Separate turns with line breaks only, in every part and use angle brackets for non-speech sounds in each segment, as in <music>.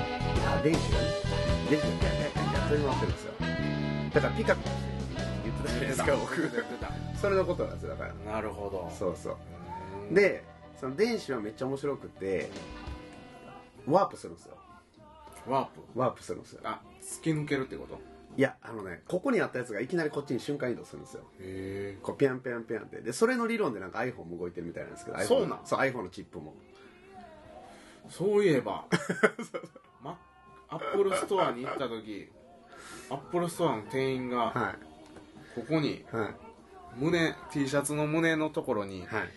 レジがねレジがキャキャキャキャ飛び回ってるんですよだからピカピカ言ってたじゃないですか
言っ
僕
てた言って
それのことなんですよだから
たなるほど
そうそう
うん
でその電子はめっちゃ面白くてワープするんですよ
ワープ
ワープするんですよ
あ突き抜けるってこと
いやあのねここにあったやつがいきなりこっちに瞬間移動するんですよ
へ
こうピャンピャンピャンってでそれの理論でなんか iPhone も動いてるみたいなんですけど iPhone
そうなん
そう iPhone のチップも
えそういえば <laughs> まアップルストアに行った時アップルストアの店員が
は
ここに
いはい
胸 T シャツの胸のところに
はい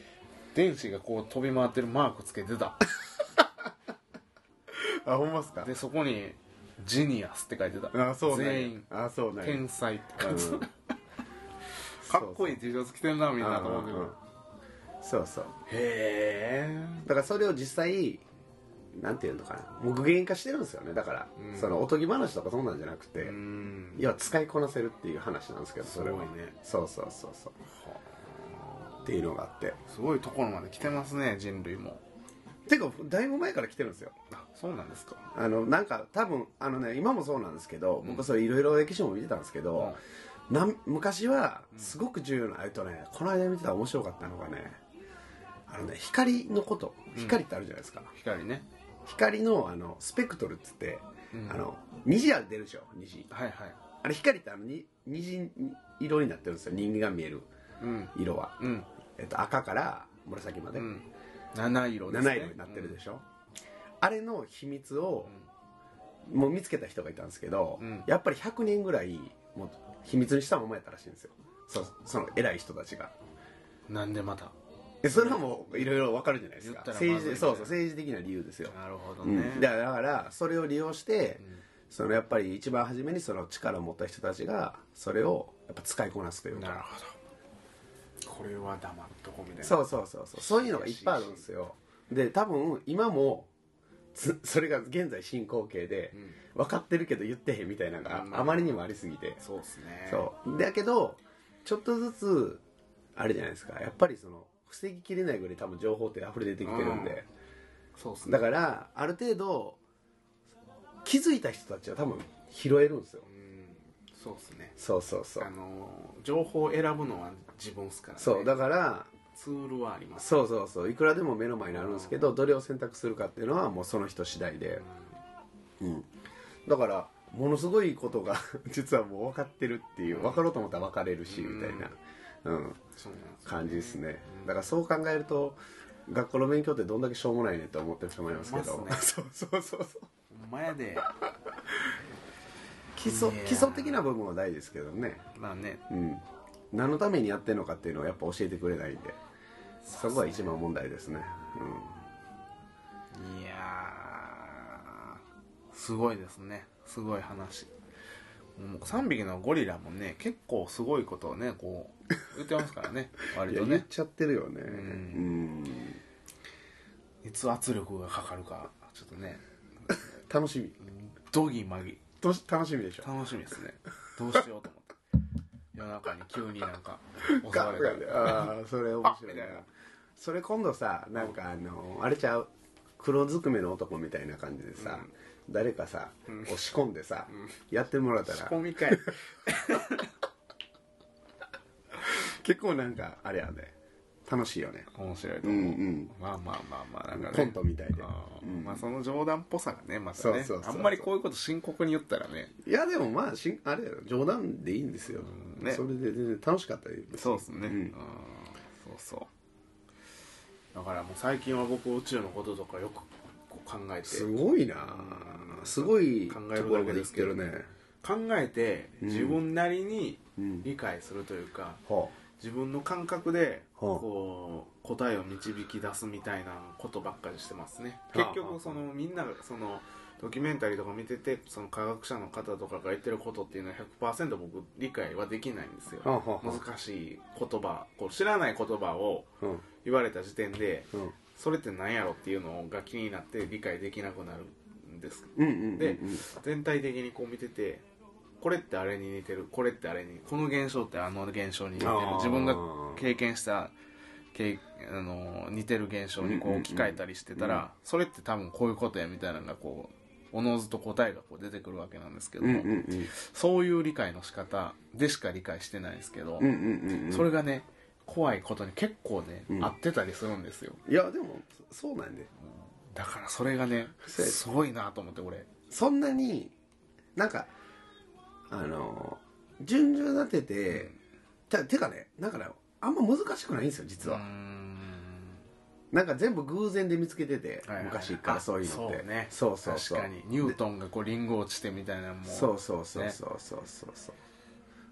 電子がこう飛び回ってるマークつけてた
あほんまっすか
でそこに「ジニアス」って書いてた
あそうね
全員
あそうね
天才って書いて
<laughs> うん
たかっこいい T シャツ着てるなみん
そうそう
なと思って
う
る
んうんそうそう
へ
だからそれを実際なんていうのかなもう具現化してるんですよねだから、
うん
そのおとぎ話とかそんなんじゃなくて、
えうん
要は使いこなせるっていう話なんですけど
す
そ
ご
れ
い
は
ね
そうそうそうそうっていうのがあって
すごいところまで来てますね人類も
てかだいぶ前から来てるんですよ
あそうなんですか
あのなんか多分あのね今もそうなんですけど、
うん
僕それいろいろ歴史も見てたんですけど、なん昔はすごく重要なえっとねこの間見てたら面白かったのがねあのね光のこと
うん
光ってあるじゃないですか、
光ね
光のあのスペクトルっつって、
うん
あの虹が出るでしょ虹
はいはい
あれ光ってあのに虹色になってるんですよ人間が見える
うん
色は、
うん
えっと、赤から紫まで、
うん七色ですね
七色になってるでしょ、あれの秘密を
う、ん
もう見つけた人がいたんですけど、
うん
やっぱり100年ぐらいもう秘密にしたままやったらしいんですよそうその偉い人たちが
なんでまた
でそれはもういろいろわかるじゃないですか
言ったらまずい
政治でそうそう政治的な理由ですよ、
なるほど
う
ね
ん、だからだからそれを利用して、
うん
そのやっぱり一番初めにその力を持った人たちがそれをやっぱ使いこなすという
なる
か
ほどこれは黙っとこみたいな
そうそうそうそうそういうのがいっぱいあるんですよで多分今もつそれが現在進行形で
うん
分かってるけど言ってへんみたいなのが
うん
あまりにもありすぎて
そうですね
そうだけどちょっとずつあれじゃないですかやっぱりその防ぎきれないぐらい多分情報って溢れ出てきてるんで、
そうですね
だからある程度気づいた人たちは多分拾えるんですよ
うんそうですね
そうそうそう
あのー情報を選ぶのは自分っすから、ね、
そうだから
ツールはあります
そうそうそういくらでも目の前にあるんですけどどれを選択するかっていうのはもうその人次第で、うん、だからものすごいことが <laughs> 実はもう分かってるっていう分かろうと思ったら分かれるしみたいな、うん、
そうなんですよ
感じですね
うん
だからそう考えると学校の勉強ってどんだけしょうもないねって思ってる人もいますけど、
ほんまっす
<laughs> そうそうそうそう
ほんまやで
基礎
いやー
基礎的な部分は大事ですけどね、
まあね
うん、何のためにやってるのかっていうのをやっぱ教えてくれないんでそこが一番問題ですね、うん
いやーすごいですねすごい話もう3匹のゴリラもね結構すごいことをねこう言ってますから
<laughs>
ね割
いや
と
言っ
ね
ちゃってるよねうんん
いつ圧力がかかるかちょっとね
楽しみ
ドギマギ
とし楽しみでしょ
楽しみですねどうしようと思って夜中に急になんか襲わ
ガ
れ
ッ
た
ガ
り
ッああそれ面白いな
<laughs> あみたいな
それ今度さなんかあのあれちゃう黒ずくめの男みたいな感じでさ、誰かさ、押し込んでさ、やってもらった
仕
ら
込み会
結構なんかあれやね楽しいよね
面白いと思う、
うんうん
まあまあまあまあなんかね
コントみたいで
あー
うん
まあその冗談っぽさがねまた
そう
ね
そうそうそう
あんまりこういうこと深刻に言ったらね
いやでもまあしんあれやろ冗談でいいんですよ、
うんね
それで全然楽しかったよ
そうですね、うんんそうそうだからもう最近は僕宇宙のこととかよくこう考えて
すごいなすごい
考
と
える
こ
だ
ろ
け
ま
で
ですす
け
け
ど
どね
考えて
うん
自分なりに
うん
理解するというか、
は
自分の感覚で
はあ
こう答えを導き出すみたいなことばっかりしてますね
はあ
結局そのみんながそのドキュメンタリーとか見ててその科学者の方とかが言ってることっていうのは100%僕理解はできないんですよ
あ、はあはあ
難しい言葉こう知らない言葉を
うん
言われた時点で
うん
それって何やろっていうのが気になって理解できなくなるんです
うんうんうんうん
で全体的にこう見ててこれってあれに似てるこれってあれにこの現象ってあの現象に似てる
あー
自分が経験した経あの似てる現象にこ
うんうんう
うん置き換えたりしてたら、それって多分こういうことやみたいなのがこうおのずと答えがこう出てくるわけなんですけど
うん
も、
うんうん
そういう理解の仕方でしか理解してないですけど、
うんうんうんうん
それがね怖いことに結構ね、
うん
合ってたりするんですよ
いやでもそそうなんで
だからそれがね
そうや
すごいなと思って俺
そんなになんかあの順序立ててたてかねなんかねあんま難しくないんですよ実は、
うーん
なんか全部偶然で見つけてて、
はいはい
昔からそういうのって
あそうね
そうそうそう
確かにニュートンがこうリンゴ落ちてみたいなのも
そうそうそうそうそうそうそう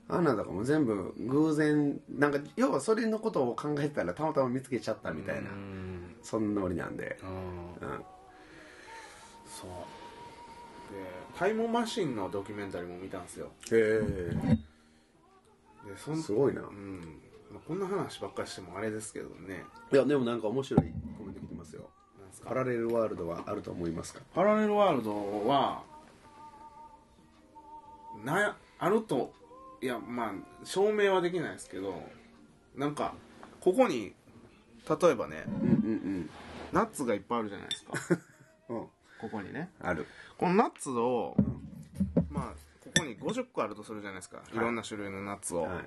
あんなとかも全部偶然なんか要はそれのことを考えてたらたまたま見つけちゃったみたいな、
うーん
そんなノリなんで
うん
うん
そうでタイムマシンのドキュメンタリーも見たんですよ
へ
でそ
え
ん
すごいな
うんまあこんな話ばっかりしてもあれですけどね
いやでもなんか面白いコメント来てますよ
なんですか
パラレルワールドはあると思いますか
パラレルワールドはなあるといやまあ証明はできないですけどなんかここに例えばね
うんうん
ナッツがいっぱいあるじゃないですか
うんうん
<laughs> ここにね
ある
このナッツをまあここに50個あるとするじゃないですかいろんな種類のナッツを、
はい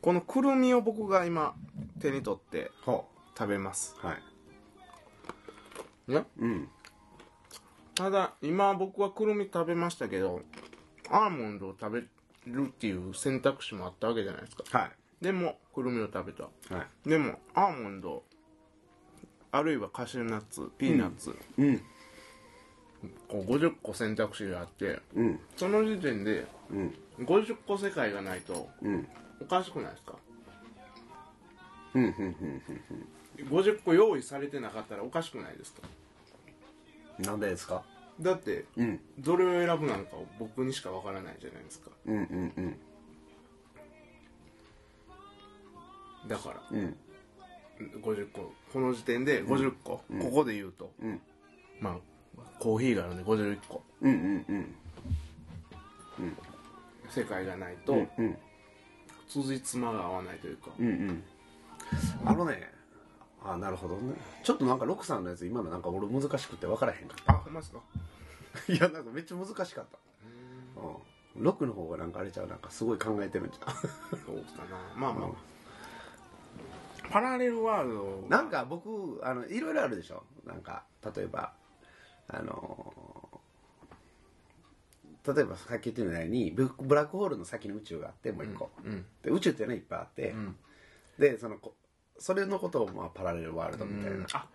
このくるみを僕が今手に取って
ほ
食べます
うはい
ね
うん
ただ今僕はくるみ食べましたけどアーモンドを食べるっていう選択肢もあったわけじゃないですか
は
でもくるみを食べた
いはい
でもアーモンドあるいはカシューナッツピーナッツ、
うん
こう50個選択肢があって
うん
その時点で
うん
50個世界がないと
うん
おかしくないですか
うんうんうん
50個用意されてなかったらおかしくないですか
うんなんでですか
だって
うん
どれを選ぶなんか僕にしかわからないじゃないですか
うんうんうん
だから
うん
50個この時点で50個、ここで言うと、
うん
まあコーヒーがあるんで51個
うんうんうん
世界がないと、
うん
続いつまが合わないというか、
うんうんあのねあなるほどねちょっとなんかロクさんのやつ今のなんか俺難しくて分からへんかっ
あほんまですか
<laughs> たいやなんかめっちゃ難しかったうんロクの方がなんかあれちゃうなんかすごい考えてるんじゃ
そうかなまあま
う
あ、
ん
パラレルワールド
うなんか僕あのいろいろあるでしょなんか例えばあのー例えばさっき言ってたようにブブラックホールの先に宇宙があってもう一個、
うん
で宇宙っていうのはいっぱいあって、
ん
でそのこそれのことをまあパラレルワールドみたい
うん
な
あ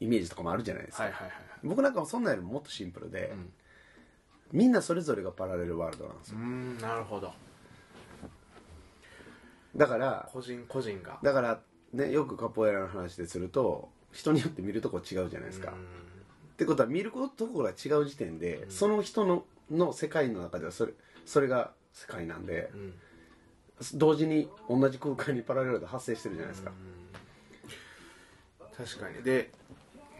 イメージとかもあるじゃないですか、
はいはいはい
僕なんかもそんなよりももっとシンプルで、
ん
みんなそれぞれがパラレルワールドなんです
う
よ
んなるほど
だから
個人個人が
だからねよくカポエラの話ですると人によって見るとこ違うじゃないですか、
う
っ
ん
てことは見るとこが違う時点で、その人のの世界の中ではそれそれが世界なんで、
ん
同時に同じ空間にパラレルワールド発生してるじゃないですか、
確かにで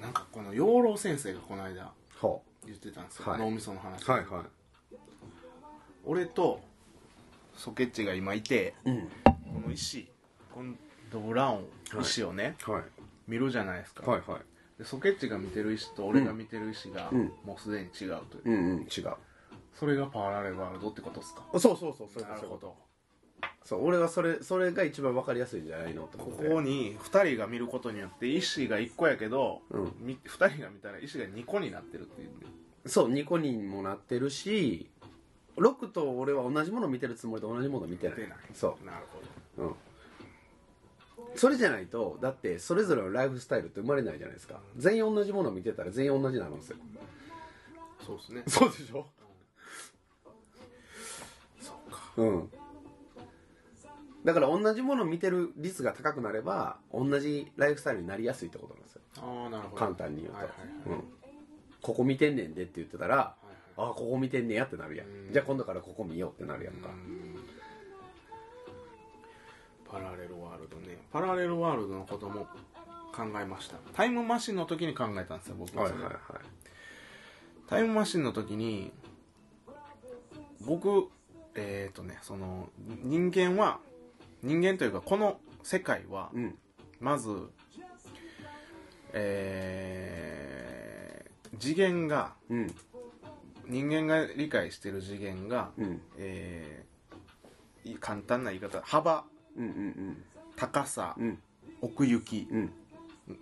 なんかこの養老先生がこの間
ほ
言ってたんですよ、
はい
脳みその話、
うはいは
俺とソケッチが今いて
いうん
この石このドラン石をね、
はい
見るじゃないですか、
はいはい
でソケッチが見てる石と俺が見てる石が、
ん
もうすでに違うとい
う
う、
んうん違う
それがパラレルワールドってことですか
そうそうそうそう
なるほど
そう俺はそれそれが一番わかりやすいんじゃないのと
こ
思って
こに2人が見ることによって石が1個やけど、
うん
み2人が見たら石が2個になってるっていうね
そうニコにもなってるしロックと俺は同じものを見てるつもりで同じものを見てない
出ない
そ
なるほど
う、うん、それじゃないとだってそれぞれのライフスタイルって生まれないじゃないですか全員同じものを見てたら全員同じになるんですよ
そうですね
そうでしょ
そうか
うんだから同じものを見てる率が高くなれば同じライフスタイルになりやすいってことなんですよ
ああなるほど
簡単に言うと、
はいはいはい
うん、ここ見てんねんでって言ってたら
はいはい
あここ見てんねやってなるやん、
うん
じゃあ今度からここ見ようってなるやんか、
うんパラレルワールドねパラレルワールドのことも考えましたタイムマシンの時に考えたんですよ僕は
はい
そ
はい
れ
はい
タイムマシンの時に僕えっ、ー、とねその人間は人間というかこの世界は
うん
まずえー次元が
うん
人間が理解してる次元が、
うん
えーい簡単な言い方幅
うんうん
高さ、
うん
奥行き
うん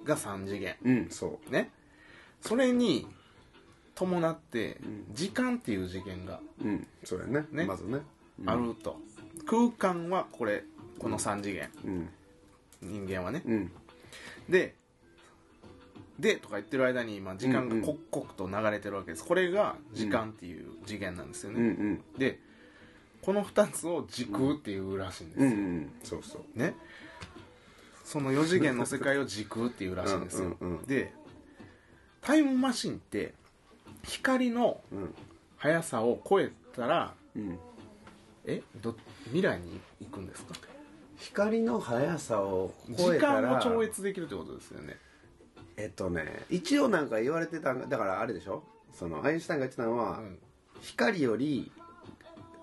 が3次元
うんそ
ねそれに伴って時間っていう次元が
ううんそうやね
ね
まずね
あると、空間はこれこの3次元、
うん
人間はね
うん
ででとか言ってる間に今時間
うんう
が
ん
刻々と流れてるわけですこれが時間っていう次元なんですよ
うんう
ね、
ん
でこの2つを時空っていうらしいんです
うんう
よ、
んそうそう
ねその4次元の世界を時空っていうらしいんですよ、
うんうんうん
でタイムマシンって光の
うん
速さを超えたら
うん
えど未来に行くんですか
光の速さを超
時
えた
間
ら
を超越できるってことですよね
えっとね一応なんか言われてたんがだからあれでしょそのアインシュタインが言ってたのは、
うん
光より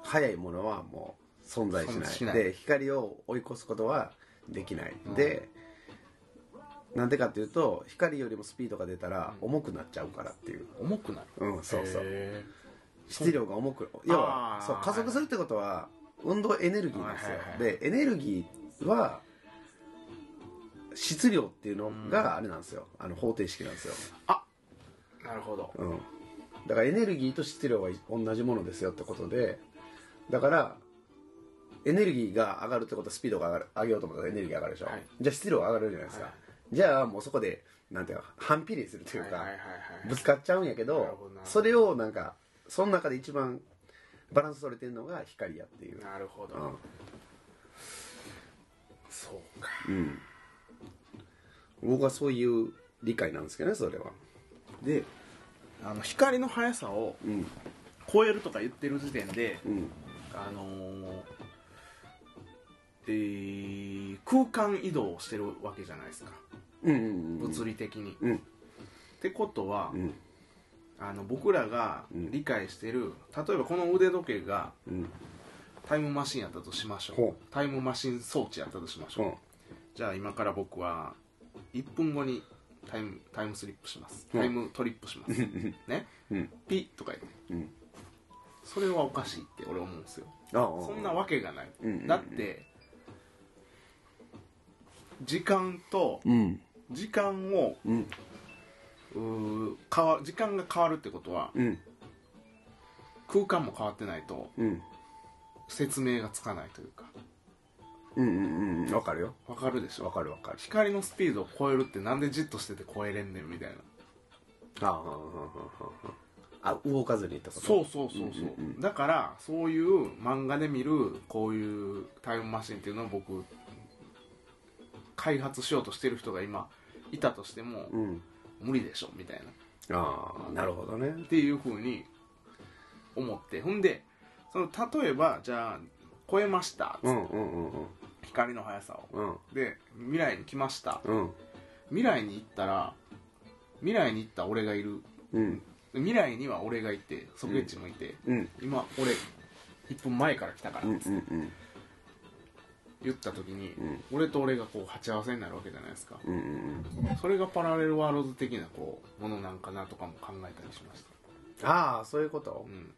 速いものはもう存在し
存
な
在
い
しない
で光を追い越すことはできない、でなんでかっていうと光よりもスピードが出たら重くなっちゃうからっていう、
重くなる
うん、そうそう
へ
質量が重く要
あ
は
ー
そう加速するってことは運動エネルギーなんですよ、
はいはいはい
でエネルギーは質量っていうのがあれなんですよ、あの方程式なんですよ
ーなるほど
うん、だからエネルギーと質量は同じものですよってことでだからエネルギーが上がるってことはスピードが上がる上げようと思ったらエネルギー上がるでしょ、
はい
じゃあ質量が上がるじゃないですか、
はい
じゃあもうそこでなんていうか反比例するというか、
はいはいはいは
ぶ
い
つかっちゃうんやけ
なるほど
ど
な
それをなんかその中で一番バランス取れてるのが光やっていう、
なるほど、
うん
そうか
うん、僕はそういう理解なんですけどねそれは
であの光の速さを
うん
超えるとか言ってる時点で、
うん
あのーえー空間移動をしてるわけじゃないですか
うんうんうん
物理的に、っ
うん
てことは、
うん
あの僕らが理解してる、例えばこの腕時計が
うん
タイムマシンやったとしましょ
ほ
うタイムマシン装置やったとしましょう、
うん
じゃあ今から僕は1分後にタイムタイムスリップします
うん
タイムトリップします、ね
うん
ピッとか言って
うん
それはおかしいって俺思うんですよ
ああ
そんなわけがない、
うんうんうん
だって時間と
うん
時間を
うん
うー変わ時間が変わるってことは
うん
空間も変わってないと
うん
説明がつかないというか
うんうんうんわかるよ
わかるでし
わ
ょ
かるわかる
光のスピードを超えるってなんでじっとしてて超えれんねんみたいな
ああああああああ動かずにってこと
そうそうそうそう,、
うんうん
だからそういう漫画で見るこういうタイムマシンっていうのを僕開発しようとしてる人が今いたとしても、
うん
無理でしょみたいな
ああなるほどね
っていうふうに思ってほんでその例えばじゃあ超えました、
うんうんうんうん
光の速さを
うん
で未来に来ました
うん
未来に行ったら未来に行った俺がいる
うん
未来には俺がいてソケッチもいて、
うん
今俺1分前から来たから、
うんうんうん
言った時に、
ん
俺と俺がこう鉢合わせになるわけじゃないですか
うんうん
それがパラレルワールド的なこうものなんかなとかも考えたりしました、
ああそういうこと
うん、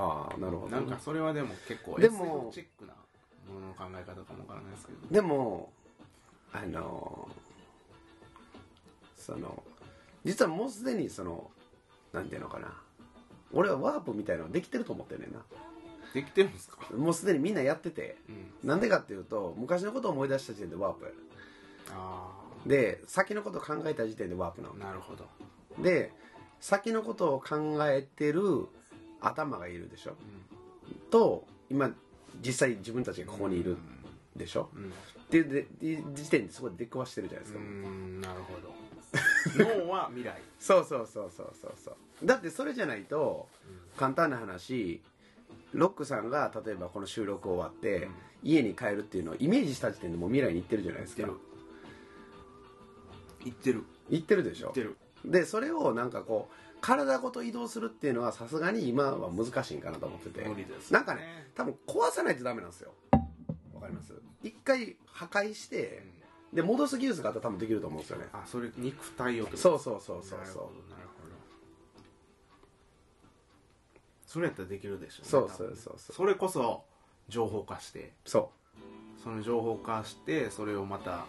ああなるほ
な
ど
んか
ね
それはでも結構
でも
SF チックなものの考え方かもわからないですけど
でもあのその実はもうすでにそのなんていうのかな俺はワープみたいなのできてると思ってんねんな
できてるんですか
もうすでにみんなやってて
うん
なんでかっていうと昔のことを思い出した時点でワープやる
あ
で先のことを考えた時点でワープな
あ
の
なるほど、
で先のことを考えてる頭がいるでしょ
う
と今実際自分たちが
ん、
ここにいるでしょ
うん、
っていうでで時点でそこで出くわしてるじゃないです
う
か、
ん、なるほど脳は未来
そうそうそうそうそうそうだってそれじゃないと簡単な話ロックさんが例えばこの収録終わって、
うん
家に帰るっていうのをイメージした時点でもう未来に行ってるじゃない
言
で
っ
す
て
か
る言ってる
行ってるでし
言
ょ
ってる
でそれをなんかこう体ごと移動するっていうのはさすがに今は難しいんかなと思ってて
無理です、
なんかね多分壊さないとダメなんですよわかります一回破壊し
う
て
ん
で戻す技術があったら多分できると思うんですよね
あそれ肉体をってこと
そうそうそうそう
なるほ
そ
どなるほどそれやったらできるでしょね
そう
多
そ
分
うそうそう
それこそ情報化して
そ
その情報化してそれをまた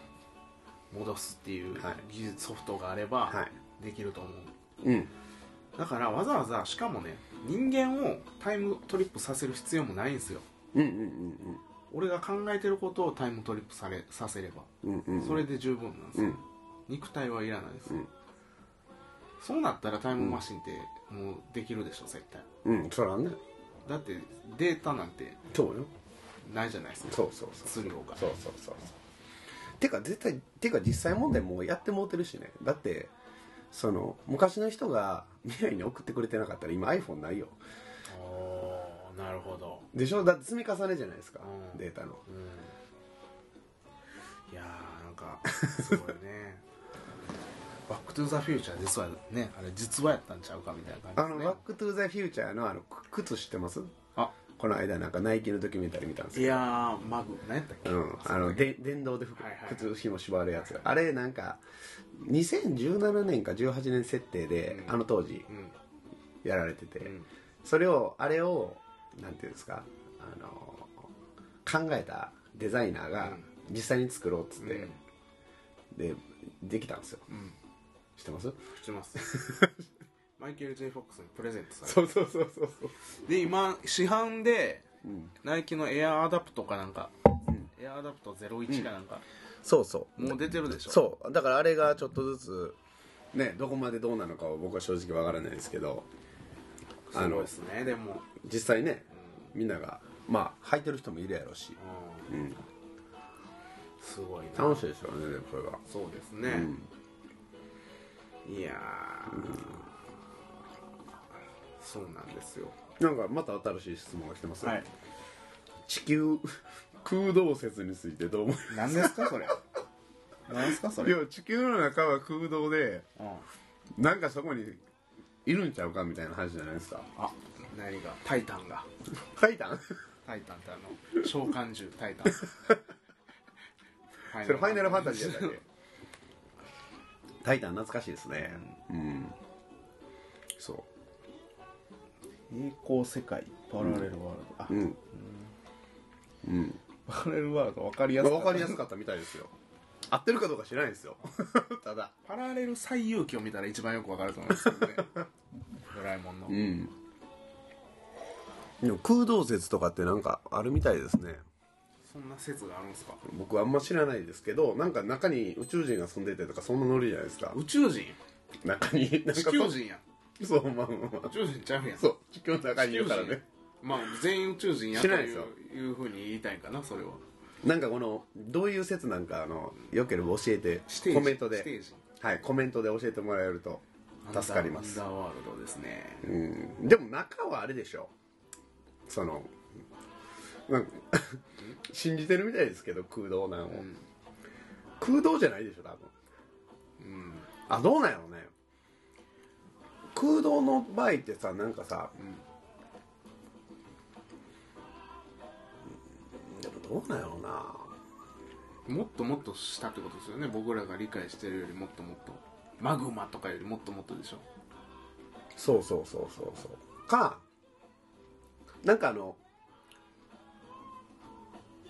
戻すっていう
はい
技術ソフトがあれ
う
ば
はい
できると思う、
うん
だからわざわざしかもね人間をタイムトリップさせる必要もないんですよ
うんうん
俺が考えてることをタイムトリップされさせれば
うんうんうんうん
それで十分なんです
う
よ、
ん
肉体はいらないです、
うん
そうなったらタイムマシンってもうできるでしょ絶対
うんそらね
だってデータなんて
そうよ
ないじゃないですか
そうそうそう
数量が
そうそうそうそうてか絶対てか実際問題もうやってもうてるしねだってその昔の人が未来に送ってくれてなかったら今 iPhone ないよ
おーなるほど
でしょだって積み重ねじゃないですか、
うん
データの
うんいやーなんかすごいね <laughs> バック・トゥ・ザ・フューチャー実はねあれ実話やったんちゃうかみたいな
あ
感
の
じ
「
で
バック・トゥ・ザ・フューチャーの」あのく靴知ってます
あ
この間なんかナイキのドキュメンタリー見たんです
すねい
よ
やーマグ何やったっけ、
うん、あので電動で服
はいはい
靴紐縛るやつ、あれなんか2017年か18年設定で、
うん
あの当時
うん
やられてて、
うん
それをあれをなんていうんですかあの考えたデザイナーが
うん
実際に作ろうっつって、
うん
でできたんですよ
うん
知ってます
知ってます <laughs> マイケル・ J ・フォックスにプレゼントされ
そうそうそうそうそう
たで今市販で
うん
ナイキのエアアダプトかなんか、
うん
エアアダプト01かなんか、
そうそう
もう出てるでしょ
そうだからあれがちょっとずつねどこまでどうなのかは僕は正直わからないですけど
すごいですねでも、
実際ね
う
みんながまあ履いてる人もいるやろうし、
ん
うん、
すごいな
楽しいですよねでもそれが、
そうですね、
うん
いやー、そうなんですよ
なんかまた新しい質問が来てます、
はい
地球空洞説についてどう思います
何ですかそ <laughs> れ何ですかそ
<laughs> い
れ、うん、
や地球の中は空洞でなんかそこにいるんちゃうかみたいな話じゃないですか
あ何がタイタンが
タイタン <laughs>
タイタンってあの召喚獣タイ <laughs> タン
それファイナルファンタジーやったっけ <laughs> タイタン懐かしいですねうんそ
栄光世界パラレルワールド、あ
ううんうん
パラレルワールド分か
<laughs>
りやす
分かりやすかったみたいですよ合ってるかどうか知らないですよ <laughs> ただ
パラレル最遊記を見たら一番よく分かると思うんですけ <laughs> どねドラえもんの、
うんでも空洞説とかってなんかあるみたいですね
そんな説があるんですか
僕あんま知らないですけどなんか中に宇宙人が住んでてとかそんなノリじゃないですか
宇宙人
中になんか
地
そう
球人やん
そうまあまあまあ
宇宙人ちゃうやん
そう地球の中にいるから
地球
ね
人まあ全員宇宙人や
し
と
ないで
い
す
う
よ
いうふうに言いたいんかなそれは
なんかこのどういう説なんかあのよければ教えてコメント
ステ
で
ージ
はいコメントで教えてもらえると助かります
アンダーワールドですね
うんでも中はあれでしょそのなんか <laughs> 信じてるみたいですけど空洞なんを、
うん、
空洞じゃないでしょ多分
うん、
あどうなんやろうね空洞の場合ってさなんかさ、うんでもどうなんやろうな
もっともっとしたってことですよね僕らが理解してるよりもっともっとマグマとかよりもっともっとでしょ
そうそうそうそうそうかなんかあの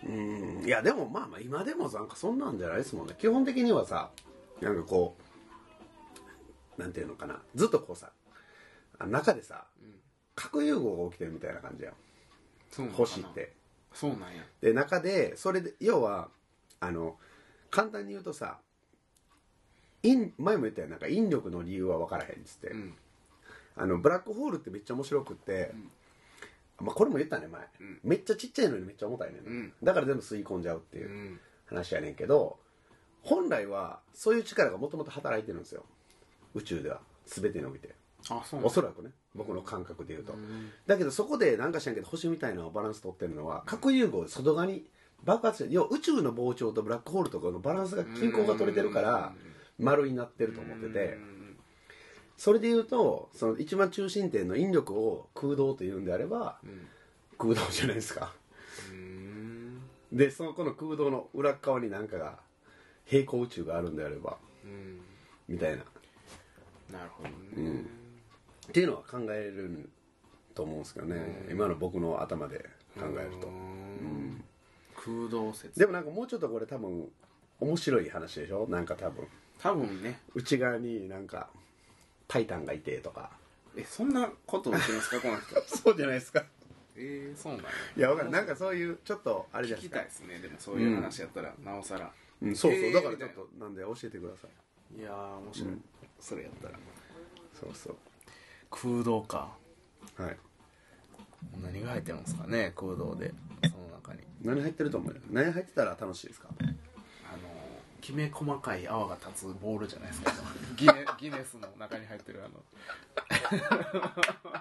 うんいやでもまあまあ今でもなんかそんなんじゃないですもんね基本的にはさなんかこうなんていうのかなずっとこうさあ中でさ、核融合が起きてるみたいな感じやん
そうなのかな
星って
そうなんや
で中でそれで要はあの簡単に言うとさ引前も言ったよなんか引力の理由は分からへんっつって、
うん
あのブラックホールってめっちゃ面白くって、まあ、これも言ったね前、
ん
めっちゃちっちゃいのにめっちゃ重たいね、
ん
だから全部吸い込んじゃうって
う
いうん話やねんけど本来はそういう力がもともと働いてるんですよ宇宙では全てにおいて
あそ
お
うなんだ
そらくね僕の感覚で言うと、だけどそこでなんか知らんけど星みたいなのをバランス取ってるのは核融合で外側に爆発して要は宇宙の膨張とブラックホールとかのバランスが均衡が取れてるから丸になってると思ってて
うん
それで言うとその一番中心点の引力を空洞というんであれば
うん
空洞じゃないですか
うん
でそのこの空洞の裏っ側になんかが平行宇宙があるんであれば
うん
みたいな
なるほどね、
っていうのは考えると思うんですけどね、今の僕の頭で考えると、
うん空洞説
でもなんかもうちょっとこれ多分面白い話でしょなんか多分
多分ね
内側になんかタイタンがいてとか
えそんなことを言ってます <laughs> かこの人
<laughs> そうじゃないですか
えー、そうなんや
いやわかるなんかそういうちょっとあれじゃ
聞
ない
き
です
た
か
いですねでもそういう話やったら、なおさら
うん、そうそう、
えー
だから
み
ち
た
ょ
い
っ
な
となんで教えてください
いやー面白い、それやったら
そうそう
空洞か
はい
何が入ってるんですかね空洞でその中に
何入ってると思う何入ってたら楽しいですか
あのきめ細かい泡が立つボールじゃないですかギネギネスの中に入ってるあの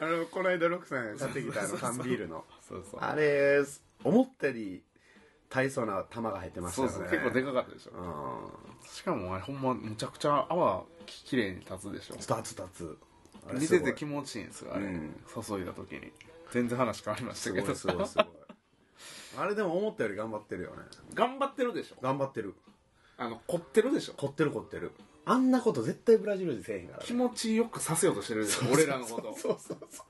あのこの間ロックさんが買ってきたあの缶ビールの
そうそう
あれ思ったより大層な玉が入ってました
そう
よね
そう結構でかかったでしょ
うん
しかもあれほんまむちゃくちゃ泡ききれいに立つでしょ
2つ2つあれ
見
す
て
ごい
て気持ちいいんですよあれ、
うん
注いだ時に全然話変わりまし
す
た
ご
け
い
ど
すごいすごいあれでも思ったより頑張ってるよね
頑張ってるでしょ
頑張ってる
あの凝ってるでしょ
凝ってる凝ってるあんなこと絶対ブラジル人せえへんからね
気持ちよくさせようとしてるでしょ俺らのこと
そうそうそう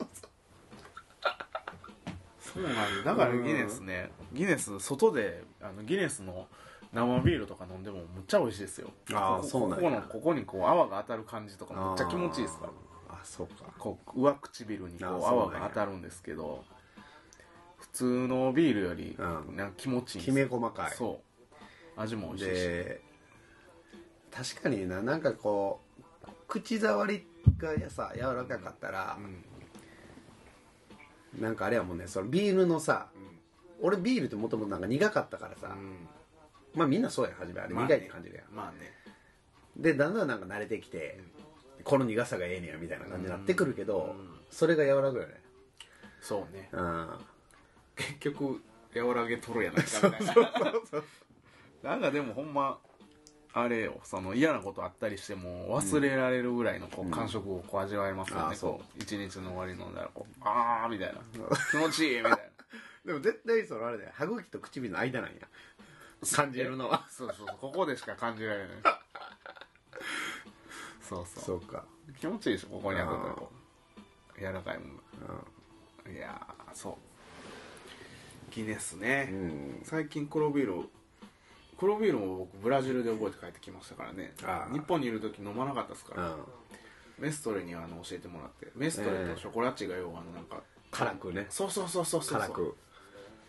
そうなんだだからギネスねギネス外であのギネスの生ビールとか飲んでもむっちゃ美味しいですよ
あー
ここ
そうなんや
ここのここにこう泡が当たる感じとかむっちゃ気持ちいいですから
あーあそうか
こう上唇にこ
あー
う
そうなんや
泡が当たるんですけど普通のビールより
うん
なんか気持ちいいん
き
です
め
よ
細かい
そう味も美味しいし
で確かにななんかこう口触りがやさ柔らかかったら
う、ん
なんかあれやもんねそのビールのさ
うん
俺ビールってもともとなんか苦かったからさ、まあみんなそうやん初めあれ
まあ
苦いって感じるやん、
まあね
でだんだんなんか慣れてきて、この苦さがええねやみたいな感じになってくるけど、
うん
それが和らぐよね
そうね
うん
結局和らげとるやないかみたいななんかでもほんまあれよその嫌なことあったりしても忘れられるぐらいのこう感触をこう味わえますよね、
あーそう
こう一日の終わり飲んだらこうあーみたいな気持ちいいみたいな
でも絶対そのあれだよ歯茎と唇の間なんや感じるのは
そうそうそうここでしか感じられないそうそう
そうか
気持ちいいでしょここにあったらこう柔らかいものいやーそうギネスね、
うん
最近黒ビールを黒ビールも僕ブラジルで覚えて帰ってきましたからね
あー
日本にいる時飲まなかったですか
う
ら、
ん
メストレにあの教えてもらってメストレとショコラッチが要はあのなんか、
辛くね
そうそうそうそうそう
辛く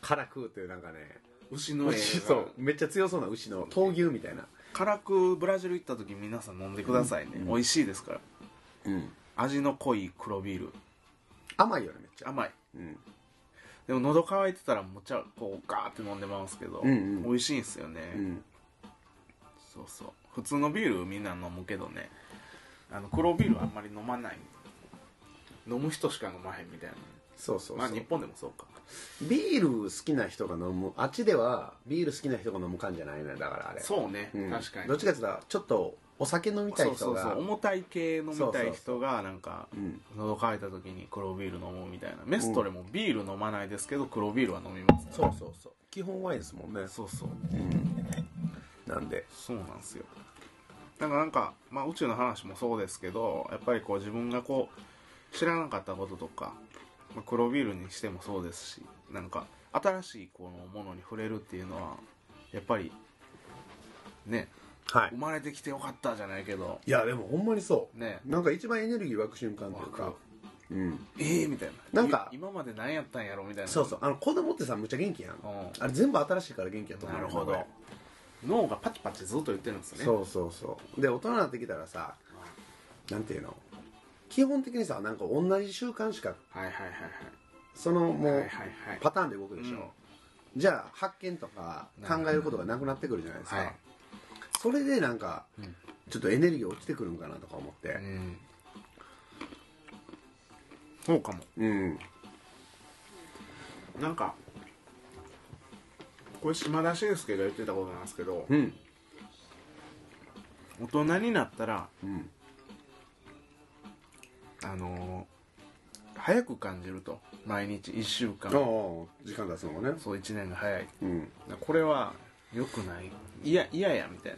辛くっていうなんかね
牛の絵が
そうめっちゃ強そうな牛の闘牛みたいな
辛くブラジル行った時皆さん飲んでくださいね、美味しいですから
うん
味の濃い黒ビール
甘いよねめっちゃ
甘い
うん
でも喉乾いてたらむっちゃこうガーって飲んでますけど、
うんうん
美味しいんすよね、
うん
そうそう普通のビールみんな飲むけどねあの黒ビールはあんまり飲まない飲む人しか飲まへんみたいな
そうそう
ま
そ
あ日
う
本でもそうか
ビール好きな人が飲むあっちではビール好きな人が飲む感じゃないねだからあれ
そうね、
ん
確かに
どっちかっていうとちょっとお酒飲みたい
そう
人
そう
が
そう重たい系飲み
そう
た
そ
いう人がなんか
ん
喉乾いた時に黒ビール飲もうみたいなメストレもビール飲まないですけど黒ビールは飲みます
そうそうそう基本ワインですもんね
そうそう
なんで
そうなんですよだからなんか、まあ、宇宙の話もそうですけどやっぱりこう自分がこう知らなかったこととか、まあ、黒ビールにしてもそうですしなんか新しいこのものに触れるっていうのはやっぱりね
はい
生まれてきてよかったじゃないけど
いやでもほんまにそう、
ね
なんか一番エネルギー湧く瞬間っていう
湧
かう
く
ん
ええみたいな
なんか
い今まで何やったんやろみたいな
そうそうあの子供ってさむっちゃ元気やん、
ん
あれ全部新しいから元気やと思う
な
よ
るほど
俺
脳がパチパチずっと言ってるんですね
そうそうそうで大人になってきたらさなんていうの基本的にさなんか同じ習慣しか
はいはいはいはい
そのも
はいうはいはい
パターンで動くでしょ、じゃあ発見とか考えることがなくなってくるじゃないですか、
はい
それでなんか、
ん
ちょっとエネルギー落ちてくるんかなとか思って
うんそうかも
うん
なんかこれ島田紳介が言ってたことなんですけど
うん
大人になったら
うん
あのー早く感じると毎日1週
ああ
間
時間経つのもね
そう1年が早い
うん
これは良くないいやいややみたい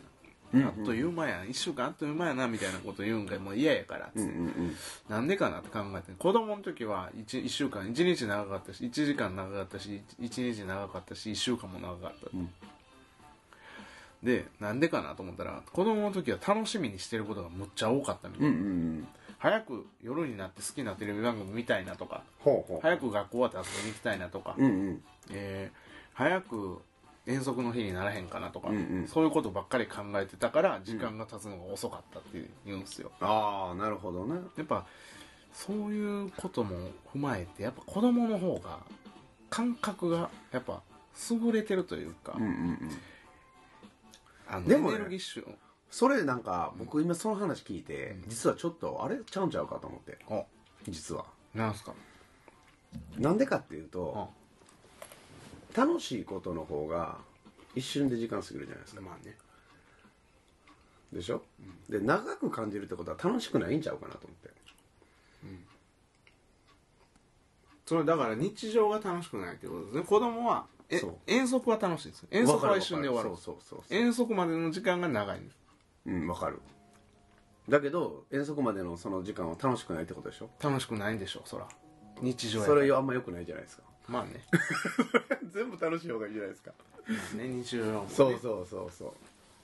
な
うん
あっという間や1週間あっという間やなみたいなこと言うんがもう嫌やからっつ
う
っ
んう
て
ん
なんでかなって考えて子供の時は 1, 週間1日長かったし1時間長かったし1日長かったし1週間も長かった、
うん
でなんでかなと思ったら子供の時は楽しみにしてることがむっちゃ多かったみたい、
うんうんうんうん
早く夜になって好きなテレビ番組見たいなとか
ほうほう
早く学校終わって遊びに行きたいなとか、
うんうん
えー早く遠足の日にならへんかなとか、
うんうん
そういうことばっかり考えてたから時間が経つのが遅かったって言うんですよ
ああなるほどね
やっぱそういうことも踏まえてやっぱ子供の方が感覚がやっぱ優れてるというか、
うんうんうん
あの
でもね
エネルギッシュ
それなんか僕今その話聞いて、
うん
実はちょっとあれちゃうんちゃうかと思って
お
実は
なんすか
なんでかっていうと、楽しいことの方が一瞬で時間過ぎるじゃないですか
まあね
でしょ、で長く感じるってことは楽しくないんちゃうかなと思って
それだから日常が楽しくないってことですね子供はえ
そう
遠足は楽しいです遠足は一瞬で終わる
そうそうそうそう
遠足までの時間が長いんです
うんわかるだけど遠足までのその時間は楽しくないってことでしょ
楽しくないんでしょうそら日常やか
そ
ら
れよあんま良くないじゃない
<laughs>
ですか
まあね
全部楽しい方がいいじゃないですか
まあね日常もね
そうそうそうそう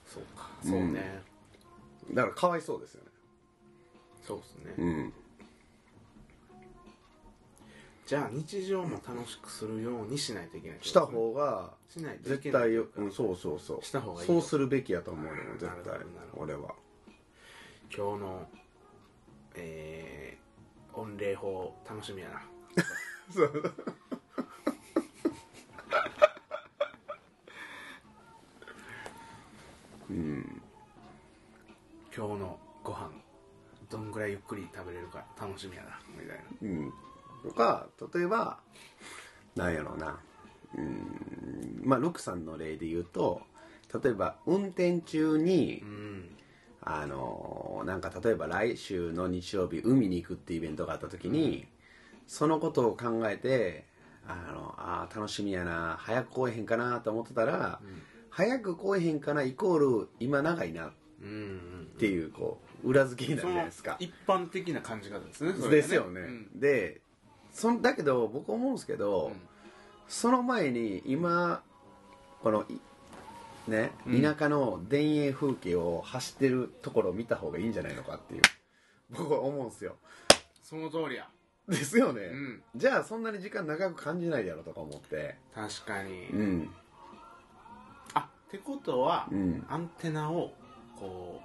そうかそうね、
だからかわいそうですよね
そうですね、
うん
じゃあ日常も楽しくするようにしないといけない
した方が
しないといけ
絶
ない
対よ、うん、そうそうそう
した方がいい
そ
よ
うするべきやと思うよ絶
なるほど
対
なるほ
俺は
今日のえー、御礼法楽し
<laughs>
みやな
うん
今日のご飯どんぐらいゆっくり食べれるか楽しみやなみたいな
うんとか例えばなんやろうなうんまあロクさんの例で言うと例えば運転中に、
うん
あのーなんか例えば来週の日曜日海に行くってイベントがあった時に、そのことを考えてあのあー楽しみやな早く来えへんかなと思ってたら、早く来えへんかなイコール今長いなっ
うんうん
ていうこう裏付けになるじゃないですか。
一般的な感じ方ですねそれが
ですよね。
うん
でそんだけど僕思うんですけど、
うん
その前に今このいね
うん
田舎の田園風景を走ってるところを見た方がいいんじゃないのかっていう僕は思うんですよ
その通りや
ですよね、
うん
じゃあそんなに時間長く感じないだろうとか思って
確かに、
うん
あってことは、
うん
アンテナをこ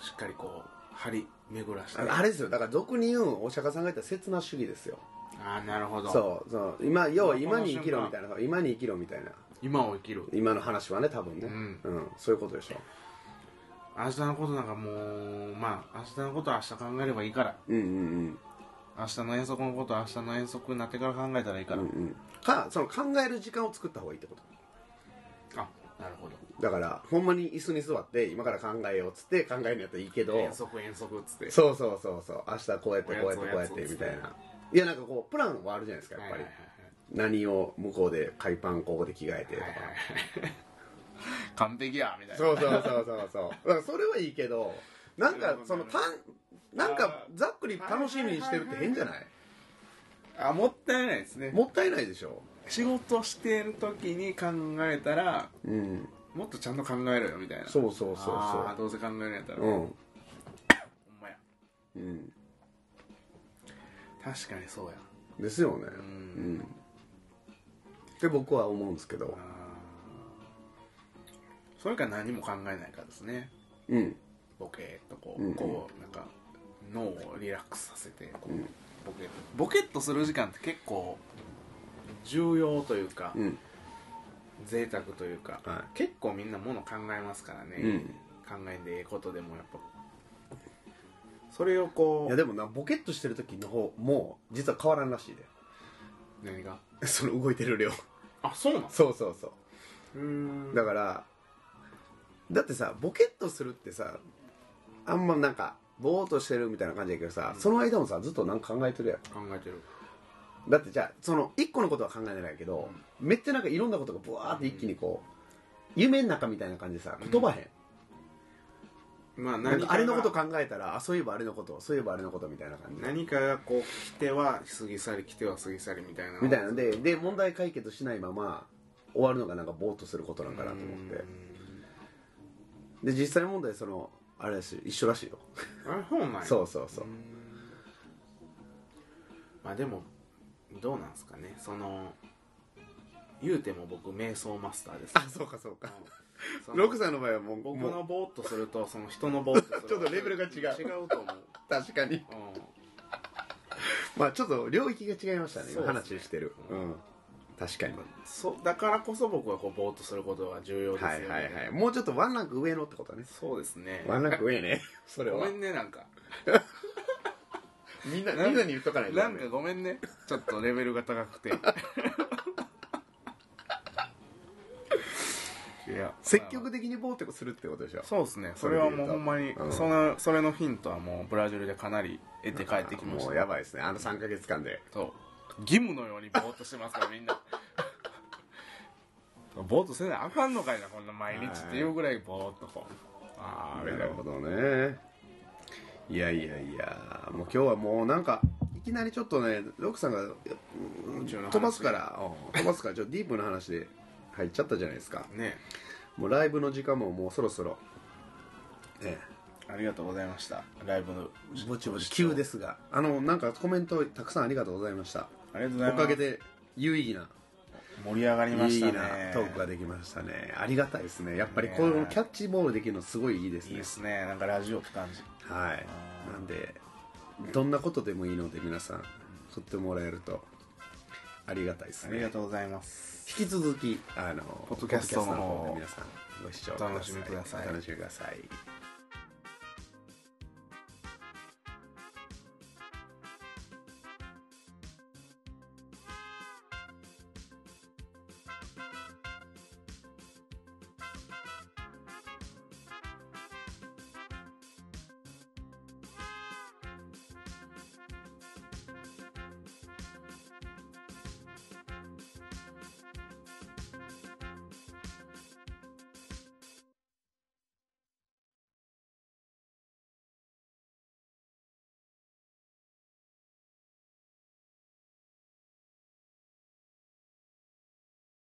うしっかりこう張り巡らして
ああれですよだから俗に言うお釈迦さんが言った刹那主義ですよ
あーなるほど
そうそう今要は今に生きろ
この
みたいなそう今に生きろみたいな
今を生きる
今の話はね多分ね
うん
そういうことでしょ
明日のことなんかもうまあ明日のことは明日考えればいいから
うんうんうん
明日の遠足のことは明日の遠足になってから考えたらいいか
うん
ら、
うんかその考える時間を作った方がいいってこと
あなるほど
だからほんまに椅子に座って今から考えようっつって考えるんやったらいいけど
遠足遠足っつって
そうそうそうそう明日こうやってこうやってこう
お
や
や
っ
つ
て
おやつ
みたいないやなんかこうプランはあるじゃないですかやっぱり、
はいはいは
何を向こうで海パンここで着替えてとか、
いはいはいはい <laughs> 完璧やみたいな
そうそうそうそうそうだからそれはいいけどなん
なる
か
ほど
そのたんなんかざっくり楽しみにしてるって変じゃない
あもったいないですね
もったいないでしょ
仕事してる時に考えたら
うん
もっとちゃんと考えろよみたいな
そうそうそう
あー
そ
どうせ考えるんやったら、
うう
ほん
ん
まや
うん
確かにそうや
ですよね
う
うんんって僕は思うんですけど
あーそれか何も考えないかですね
うん
ボケーっとこ
うん
う,、
うん
こうなんか脳をリラックスさせてこう、
うん
ボケボケっとする時間って結構重要というか、
うん
贅沢というか、
は
結構みんなもの考えますからね、
いうん
考えんでええことでもやっぱそれをこ
いうやでもなボケっとしてる時の方も実は変わらんらしい
何が
で <laughs> その動いてる量 <laughs>
あそうなん
そうそうそう
ー
うんだからだってさボケっとするってさあんまなんかぼーっとしてるみたいな感じやけどさ、その間もさずっとなんか考えてるや
考えてる
んだってじゃあその一個のことは考えてないけど、めっちゃなんかいろんなことがブワーって一気にこう、夢の中みたいな感じでさ言葉へん、
ま
な
あ
ん
何
か
か
あれのこと
か
考えたらあそういえばあれのことそういえばあれのことみたいな感じ
何かがこう来ては過ぎ去り来ては過ぎ去りみたいな
みたいなんでで問題解決しないまま終わるのがなんかぼーっとすることなんかなと思ってで実際問題そのあれだし一緒らしいよ
あれ本来
そうそうそう
まあでもどうなんですかねその言うても僕瞑想マスター
<laughs>
です
あそうかそうか
うんその
ロクさんの場合はもう
僕
もう
のぼーっとするとその人のぼーっとする
ちょっとレベルが違う
違うと思う、
確かに
うん
まあちょっと領域が違いましたね今
そうですね
話してるうん確かに
そうだからこそ僕はこうぼーっとすることが重要ですよ
はい
ね、
はいはいもうちょっとワンランク上のってことね
そうですね
ワンランク上ね <laughs> それ
ご
は
めんねなんか
みんな
なんか
みんなに言っとかないと
な
ダ
ん
メ
かごめんねちょっとレベルが高く
<laughs>
ていや
積極的にボーテをするってことでしょ
そうですねそれはもうほんまに
それで言うと
そのそれのヒントはもうブラジルでかなり得て帰ってきまし
もう
た
やばいですねあの3か月間で
そう義務のようにぼーっとしてますからみんな <laughs> ぼーっとせなあかんのかいなこんな毎日っていうぐらいぼーっとこうああみたいな
どねいやいやいやもう今日はもうなんかいきなりちょっとねロックさんがうん
宇宙の話
飛ばすからうん飛ばすからちょっとディープな話で入っちゃったじゃないですか
ね
もうライブの時間ももうそろそろえ
ありがとうございましたライブの
えぼちぼち急ですがあのなんかコメントたくさんありがとうございました
ありがとうござい
お
ます
かげで有意義な
盛り上がりま
い
し
い
た
な
ね
トークができましたねありがたいですねやっぱり
ね
このキャッチボールできるのすごいいいです
いい
ね
ですねなんかラジオって感じ
はいなんでどんなことでもいいので皆さん振ってもらえるとありがたいです
ありが
ね
とうございます
引き続きあの
ポッドキャストの
ポ
方
ッドキャストの方で皆さんご視聴
お楽しみください
お楽しみください